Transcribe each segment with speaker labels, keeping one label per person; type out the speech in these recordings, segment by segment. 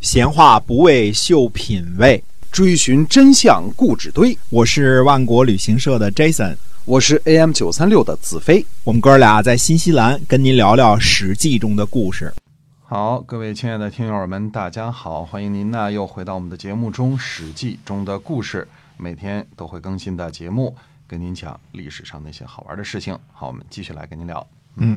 Speaker 1: 闲话不为秀品味，
Speaker 2: 追寻真相故纸堆。
Speaker 1: 我是万国旅行社的 Jason，
Speaker 2: 我是 AM 九三六的子飞。
Speaker 1: 我们哥俩在新西兰跟您聊聊《史记》中的故事。
Speaker 2: 好，各位亲爱的听友们，大家好，欢迎您呢又回到我们的节目中，《史记》中的故事，每天都会更新的节目，跟您讲历史上那些好玩的事情。好，我们继续来跟您聊。
Speaker 1: 嗯，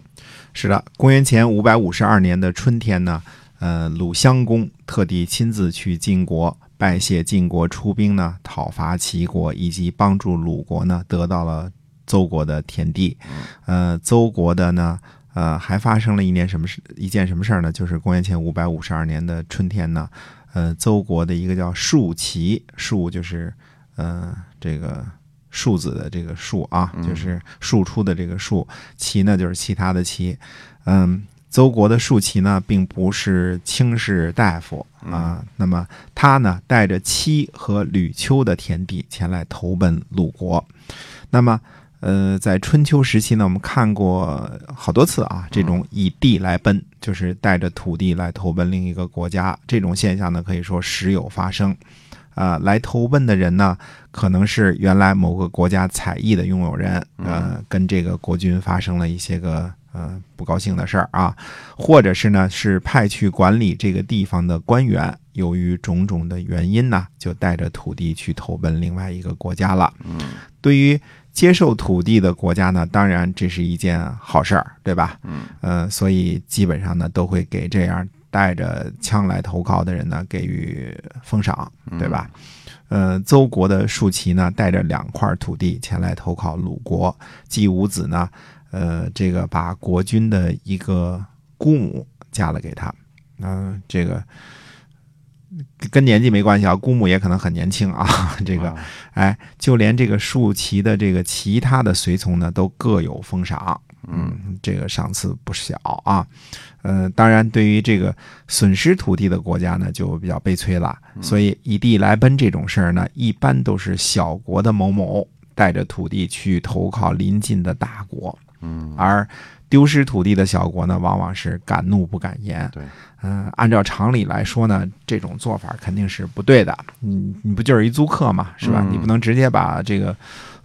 Speaker 1: 是的，公元前五百五十二年的春天呢，呃，鲁襄公特地亲自去晋国拜谢晋国出兵呢，讨伐齐国，以及帮助鲁国呢得到了邹国的田地。呃，邹国的呢，呃，还发生了一年什么事？一件什么事儿呢？就是公元前五百五十二年的春天呢，呃，邹国的一个叫庶齐，庶就是呃这个庶子的这个庶啊，就是庶出的这个庶。齐呢就是其他的齐，嗯，邹国的庶齐呢并不是卿士大夫啊、那么他呢带着妻和吕秋的田地前来投奔鲁国，那么。呃，在春秋时期呢，我们看过好多次啊，这种以地来奔，就是带着土地来投奔另一个国家，这种现象呢，可以说时有发生。啊、来投奔的人呢，可能是原来某个国家采邑的拥有人，呃，跟这个国君发生了一些个呃不高兴的事儿啊，或者是呢是派去管理这个地方的官员，由于种种的原因呢，就带着土地去投奔另外一个国家了。
Speaker 2: 嗯，
Speaker 1: 对于接受土地的国家呢，当然这是一件好事儿，对吧？
Speaker 2: 嗯，
Speaker 1: 呃，所以基本上呢，都会给这样带着枪来投靠的人呢，给予封赏，对吧？呃，邹国的庶齐呢，带着两块土地前来投靠鲁国。季武子呢，呃，这个把国君的一个姑母嫁了给他。嗯、这个跟年纪没关系啊，姑母也可能很年轻啊。 这个，
Speaker 2: 啊
Speaker 1: 哎，就连这个竖旗的这个其他的随从呢，都各有封赏。嗯，这个赏赐不小啊。呃，当然，对于这个损失土地的国家呢，就比较悲催了。
Speaker 2: 嗯
Speaker 1: 所以以地来奔这种事儿呢，一般都是小国的某某带着土地去投靠邻近的大国，
Speaker 2: 嗯，
Speaker 1: 而丢失土地的小国呢，往往是敢怒不敢言。
Speaker 2: 对，
Speaker 1: 嗯，按照常理来说呢，这种做法肯定是不对的。你你不就是一租客嘛，是吧？
Speaker 2: 嗯
Speaker 1: 你不能直接把这个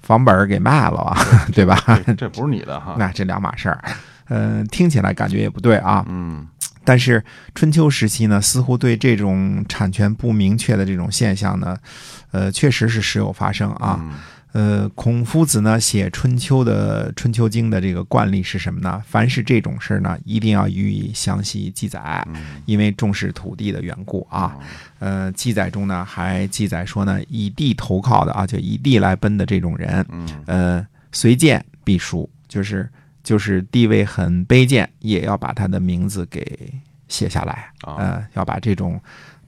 Speaker 1: 房本儿给卖了啊， 对吧？
Speaker 2: 这这不是你的哈。
Speaker 1: 那这两码事儿。呃，听起来感觉也不对啊。
Speaker 2: 嗯
Speaker 1: 但是春秋时期呢，似乎对这种产权不明确的这种现象呢，呃，确实是时有发生啊。
Speaker 2: 嗯
Speaker 1: 呃，孔夫子呢写《春秋》的《春秋经》的这个惯例是什么呢？凡是这种事儿呢，一定要予以详细记载。
Speaker 2: 嗯
Speaker 1: 因为重视土地的缘故
Speaker 2: 哦
Speaker 1: 啊，呃，记载中呢还记载说呢，以地投靠的啊，就以地来奔的这种人，
Speaker 2: 嗯
Speaker 1: 呃，随见必书，就是就是地位很卑贱，也要把他的名字给写下来，
Speaker 2: 啊
Speaker 1: 呃，要把这种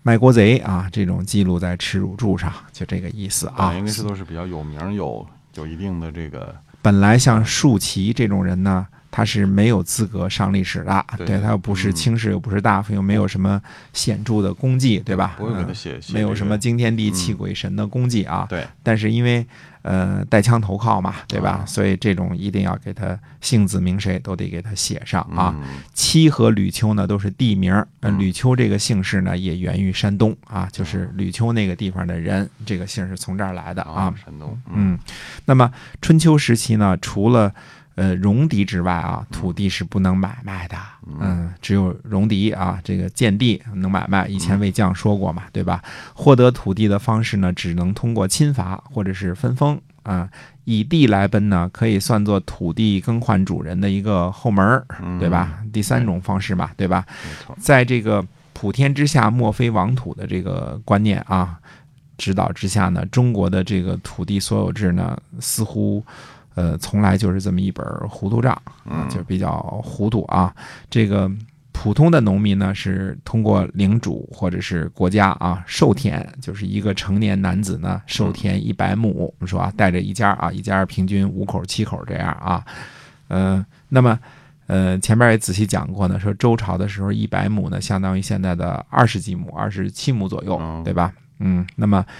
Speaker 1: 卖国贼啊这种记录在耻辱柱上，就这个意思啊
Speaker 2: 对，。因为这都是比较有名儿、有有一定的这个
Speaker 1: 本来像竖旗这种人呢，他是没有资格上历史的，
Speaker 2: 对
Speaker 1: 对他又不是
Speaker 2: 嗯
Speaker 1: 卿士，又不是大夫，又没有什么显著的功绩，对吧？
Speaker 2: 不会给他
Speaker 1: 嗯
Speaker 2: 写，写
Speaker 1: 没有
Speaker 2: 这
Speaker 1: 什
Speaker 2: 个嗯
Speaker 1: 么惊天地泣鬼神的功绩啊。
Speaker 2: 对，
Speaker 1: 但是因为呃带枪投靠嘛，对吧？
Speaker 2: 啊
Speaker 1: 所以这种一定要给他姓字名谁都得给他写上啊。
Speaker 2: 嗯
Speaker 1: 戚和吕秋呢都是地名儿，呃，
Speaker 2: 嗯
Speaker 1: 吕秋这个姓氏呢也源于山东啊，就是吕秋那个地方的人，这个姓是从这儿来的啊
Speaker 2: 啊，。山东，嗯
Speaker 1: 嗯，那么春秋时期呢，除了呃戎狄之外啊，土地是不能买卖的。嗯，只有戎狄啊，这个建地能买卖。以前魏将说过嘛，对吧？获得土地的方式呢，只能通过侵伐或者是分封啊。以地来奔呢，可以算作土地更换主人的一个后门儿，
Speaker 2: 嗯
Speaker 1: 对吧？第三
Speaker 2: 对
Speaker 1: 种方式嘛，对吧？
Speaker 2: 没错，
Speaker 1: 在这个普天之下莫非王土的这个观念啊指导之下呢，中国的这个土地所有制呢，似乎呃从来就是这么一本糊涂账啊，
Speaker 2: 嗯
Speaker 1: 就比较糊涂啊。这个普通的农民呢，是通过领主或者是国家啊授田，就是一个成年男子呢授田一百亩，我们说啊，带着一家啊，一家平均五口七口这样啊，呃，那么。呃，前面也仔细讲过呢，说周朝的时候，一百亩呢，相当于现在的二十几亩、二十七亩左右
Speaker 2: 哦，
Speaker 1: 对吧？嗯，那么嗯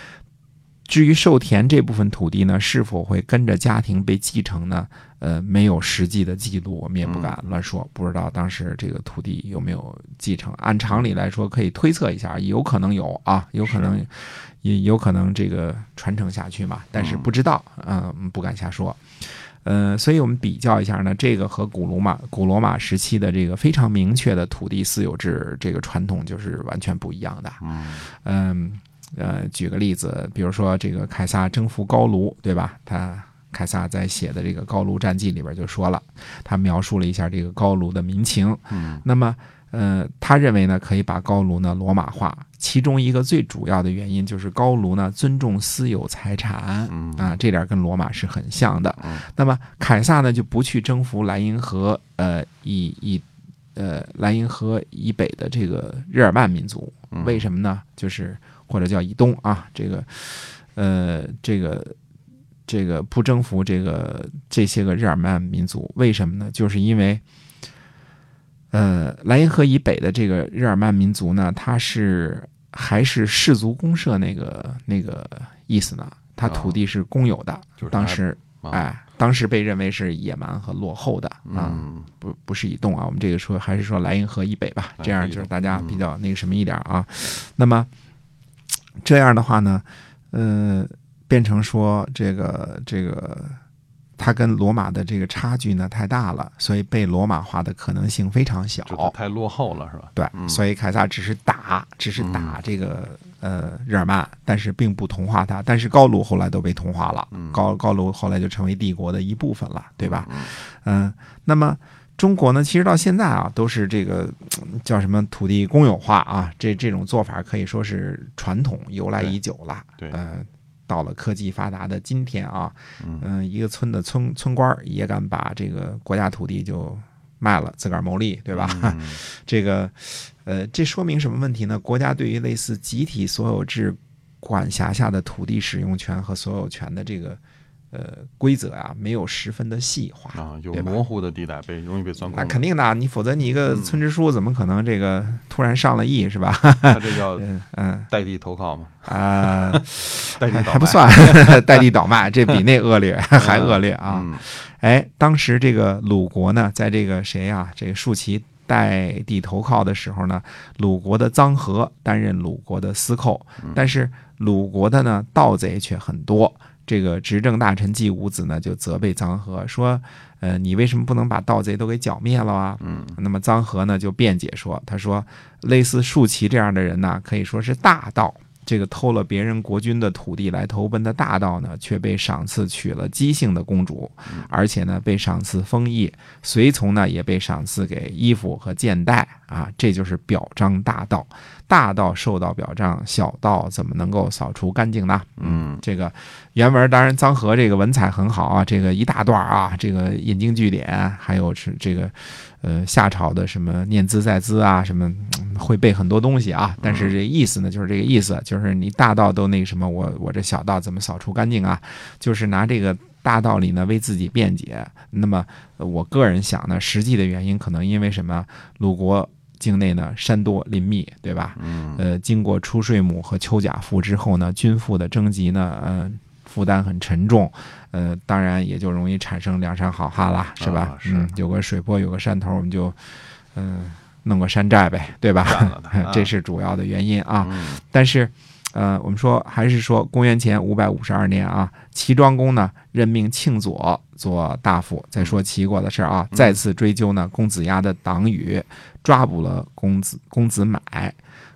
Speaker 1: 至于授田这部分土地呢，是否会跟着家庭被继承呢？呃，没有实际的记录，我们也不敢乱说，不知道当时这个土地有没有继承。按常理来说，可以推测一下，有可能有啊，有可能，也有可能这个传承下去嘛，但是不知道，嗯、不敢瞎说。呃，所以我们比较一下呢，这个和古罗马古罗马时期的这个非常明确的土地私有制这个传统就是完全不一样的。
Speaker 2: 嗯
Speaker 1: 嗯，呃，举个例子，比如说这个凯撒征服高卢，对吧？他凯撒在写的这个高卢战记里边就说了，他描述了一下这个高卢的民情。
Speaker 2: 嗯
Speaker 1: 那么，呃，他认为呢，可以把高卢呢罗马化，其中一个最主要的原因就是高卢呢尊重私有财产。
Speaker 2: 嗯
Speaker 1: 啊，这点跟罗马是很像的
Speaker 2: 嗯。
Speaker 1: 那么凯撒呢，就不去征服莱茵河，呃，以以，呃，莱茵河以北的这个日耳曼民族，
Speaker 2: 嗯
Speaker 1: 为什么呢？就是或者叫以东啊，这个，呃，这个，这个不征服这个这些个日耳曼民族，为什么呢？就是因为，呃，莱茵河以北的这个日耳曼民族呢，它是还是氏族公社那个那个意思呢？它土地是公有的，
Speaker 2: 哦就是
Speaker 1: 当
Speaker 2: 它
Speaker 1: 时
Speaker 2: 啊
Speaker 1: 哎，当时被认为是野蛮和落后的啊。
Speaker 2: 嗯
Speaker 1: 不不是以东啊，我们这个说还是说莱茵河以北吧，
Speaker 2: 莱茵河以北
Speaker 1: 这样就是大
Speaker 2: 嗯
Speaker 1: 家比较那个什么一点啊。那么这样的话呢，呃，变成说这个这个它跟罗马的这个差距呢太大了，所以被罗马化的可能性非常小。
Speaker 2: 就它太落后了是吧？
Speaker 1: 对，
Speaker 2: 嗯
Speaker 1: 所以凯撒只是打，只是打这个、呃日耳曼，但是并不同化它。但是高卢后来都被同化了，
Speaker 2: 嗯
Speaker 1: 高高卢后来就成为帝国的一部分了，对吧？
Speaker 2: 嗯？
Speaker 1: 嗯，那么中国呢，其实到现在啊，都是这个嗯叫什么土地公有化啊，这这种做法可以说是传统由来已久了。
Speaker 2: 对对
Speaker 1: 呃，到了科技发达的今天啊，
Speaker 2: 嗯
Speaker 1: 嗯、一个村的村村官儿也敢把这个国家土地就卖了，自个儿谋利，对吧？
Speaker 2: 嗯
Speaker 1: 这个，呃，这说明什么问题呢？国家对于类似集体所有制管辖下的土地使用权和所有权的这个呃规则啊，没有十分的细化。
Speaker 2: 啊，有
Speaker 1: 对吧
Speaker 2: 模糊的地带被容易被钻空
Speaker 1: 那
Speaker 2: 的，
Speaker 1: 肯定的，你否则你一
Speaker 2: 嗯
Speaker 1: 个村支书怎么可能这个突然上了亿是吧？
Speaker 2: 它这叫
Speaker 1: 嗯嗯
Speaker 2: 代地投靠嘛，
Speaker 1: 啊，
Speaker 2: 代地
Speaker 1: 还
Speaker 2: 倒
Speaker 1: 还不
Speaker 2: 卖
Speaker 1: 算 代地倒卖，这比那恶劣还恶劣啊！
Speaker 2: 嗯
Speaker 1: 哎，当时这个鲁国呢，在这个谁啊，这个竖旗代地投靠的时候呢，鲁国的臧和担任鲁国的司寇，
Speaker 2: 嗯
Speaker 1: 但是鲁国的呢盗贼却很多。这个执政大臣季武子呢就责备臧和说：“呃，你为什么不能把盗贼都给剿灭了啊？”
Speaker 2: 嗯，
Speaker 1: 那么臧和呢就辩解说：“他说，类似竖旗这样的人呢，可以说是大盗。这个偷了别人国君的土地来投奔的大盗呢，却被赏赐娶了姬姓的公主，而且呢被赏赐封邑，随从呢也被赏赐给衣服和箭袋啊，这就是表彰大盗。大盗受到表彰，小盗怎么能够扫除干净呢？
Speaker 2: 嗯
Speaker 1: 这个原文当然臧和这个文采很好啊，这个一大段啊，这个引经据典，还有是这个呃夏朝的什么念兹在兹啊，什么嗯会背很多东西啊。但是这意思呢，就是这个意思，就是你大道都那什么，我我这小道怎么扫除干净啊？就是拿这个。大道理呢，为自己辩解。那么，呃我个人想呢，实际的原因可能因为什么？鲁国境内呢，山多林密，对吧？
Speaker 2: 嗯
Speaker 1: 呃，经过出税亩和丘甲赋之后呢，军赋的征集呢，呃，负担很沉重，呃，当然也就容易产生梁山好汉啦，是吧？
Speaker 2: 啊是
Speaker 1: 嗯，有个水泊，有个山头，我们就，嗯、弄个山寨呗，对吧
Speaker 2: 占了它啊？
Speaker 1: 这是主要的原因啊。
Speaker 2: 嗯
Speaker 1: 但是，呃，我们说还是说公元前五百五十二年啊，齐庄公呢任命庆佐做大夫。再说齐国的事儿啊，
Speaker 2: 嗯
Speaker 1: 再次追究呢公子牙的党羽，抓捕了公子公子买，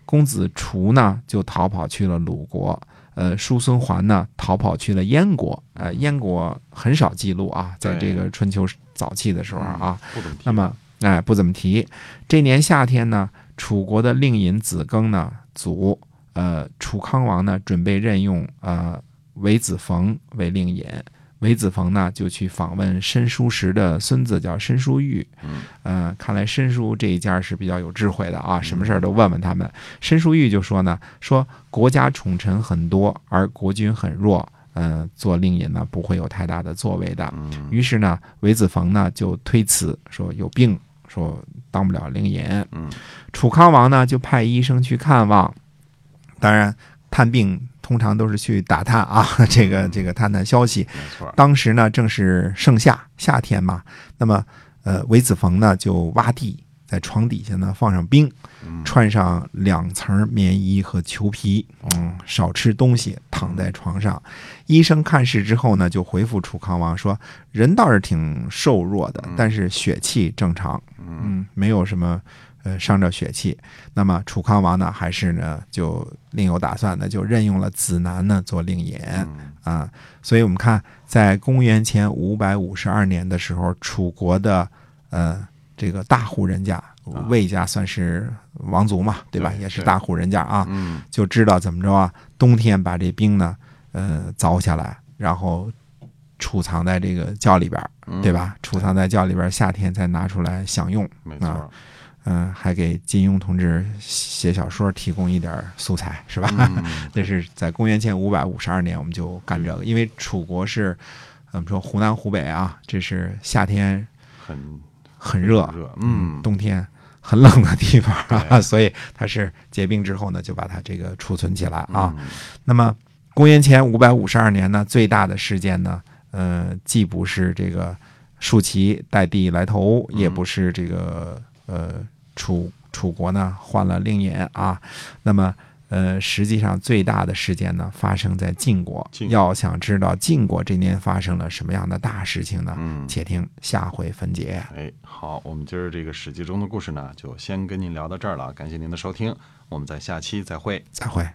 Speaker 1: 公子除呢就逃跑去了鲁国。呃，叔孙桓呢逃跑去了燕国，呃，燕国很少记录啊，在
Speaker 2: 对
Speaker 1: 这个春秋早期的时候啊，
Speaker 2: 嗯不怎么提
Speaker 1: 那么，哎，不怎么提。这年夏天呢，楚国的令尹子庚呢卒，呃，楚康王呢准备任用呃韦子冯为令尹。韦子冯呢就去访问申叔时的孙子，叫申叔玉。
Speaker 2: 嗯，
Speaker 1: 呃，看来申叔这一家是比较有智慧的啊，什么事儿都问问他们。申叔玉就说呢，说国家宠臣很多，而国君很弱，呃，做令尹呢不会有太大的作为的。
Speaker 2: 嗯
Speaker 1: 于是呢，韦子冯呢就推辞说有病，说当不了令尹。
Speaker 2: 嗯
Speaker 1: 楚康王呢就派医生去看望，当然探病通常都是去打探啊， 这个这个探探消息。
Speaker 2: 没错儿，
Speaker 1: 当时呢正是盛夏，夏天嘛，那么呃韦子冯呢就挖地，在床底下呢放上冰，
Speaker 2: 嗯
Speaker 1: 穿上两层棉衣和裘皮，嗯，少吃东西，躺在床上。医生看视之后呢，就回复楚康王说：“人倒是挺瘦弱的
Speaker 2: 嗯，
Speaker 1: 但是血气正常，
Speaker 2: 嗯
Speaker 1: 嗯，没有什么呃伤着血气。”那么楚康王呢，还是呢就另有打算的，就任用了子南呢做令尹
Speaker 2: 嗯
Speaker 1: 啊。所以我们看，在公元前五百五十二年的时候，楚国的呃这个大户人家
Speaker 2: 啊
Speaker 1: 魏家算是王族嘛，对吧？
Speaker 2: 对
Speaker 1: 也是
Speaker 2: 是
Speaker 1: 大户人家啊，
Speaker 2: 嗯
Speaker 1: 就知道怎么着啊，冬天把这冰呢，呃，凿下来，然后储藏在这个窖里边儿，
Speaker 2: 嗯，
Speaker 1: 对？吧？储藏在窖里边儿，夏天再拿出来享用。
Speaker 2: 没错儿，
Speaker 1: 嗯、还给金庸同志写小说提供一点儿素材，是吧？
Speaker 2: 嗯
Speaker 1: 这是在公元前五百五十二年，我们就干这个，因为楚国是，我们说湖南、湖北啊，这是夏天
Speaker 2: 很
Speaker 1: 很热，
Speaker 2: 热， 嗯，
Speaker 1: 冬天很冷的地方啊，
Speaker 2: 对
Speaker 1: 所以它是结冰之后呢，就把它这个储存起来啊。
Speaker 2: 嗯，
Speaker 1: 那么公元前五百五十二年呢，最大的事件呢，呃，既不是这个竖旗代地来投，
Speaker 2: 嗯
Speaker 1: 也不是这个呃楚楚国呢换了令尹啊，那么。呃，实际上最大的事件呢，发生在晋国。
Speaker 2: 晋国
Speaker 1: 要想知道晋国这年发生了什么样的大事情呢？
Speaker 2: 嗯
Speaker 1: 且听下回分解。
Speaker 2: 哎，好，我们今儿这个《史记》中的故事呢，就先跟您聊到这儿了，感谢您的收听，我们在下期再会。
Speaker 1: 再会。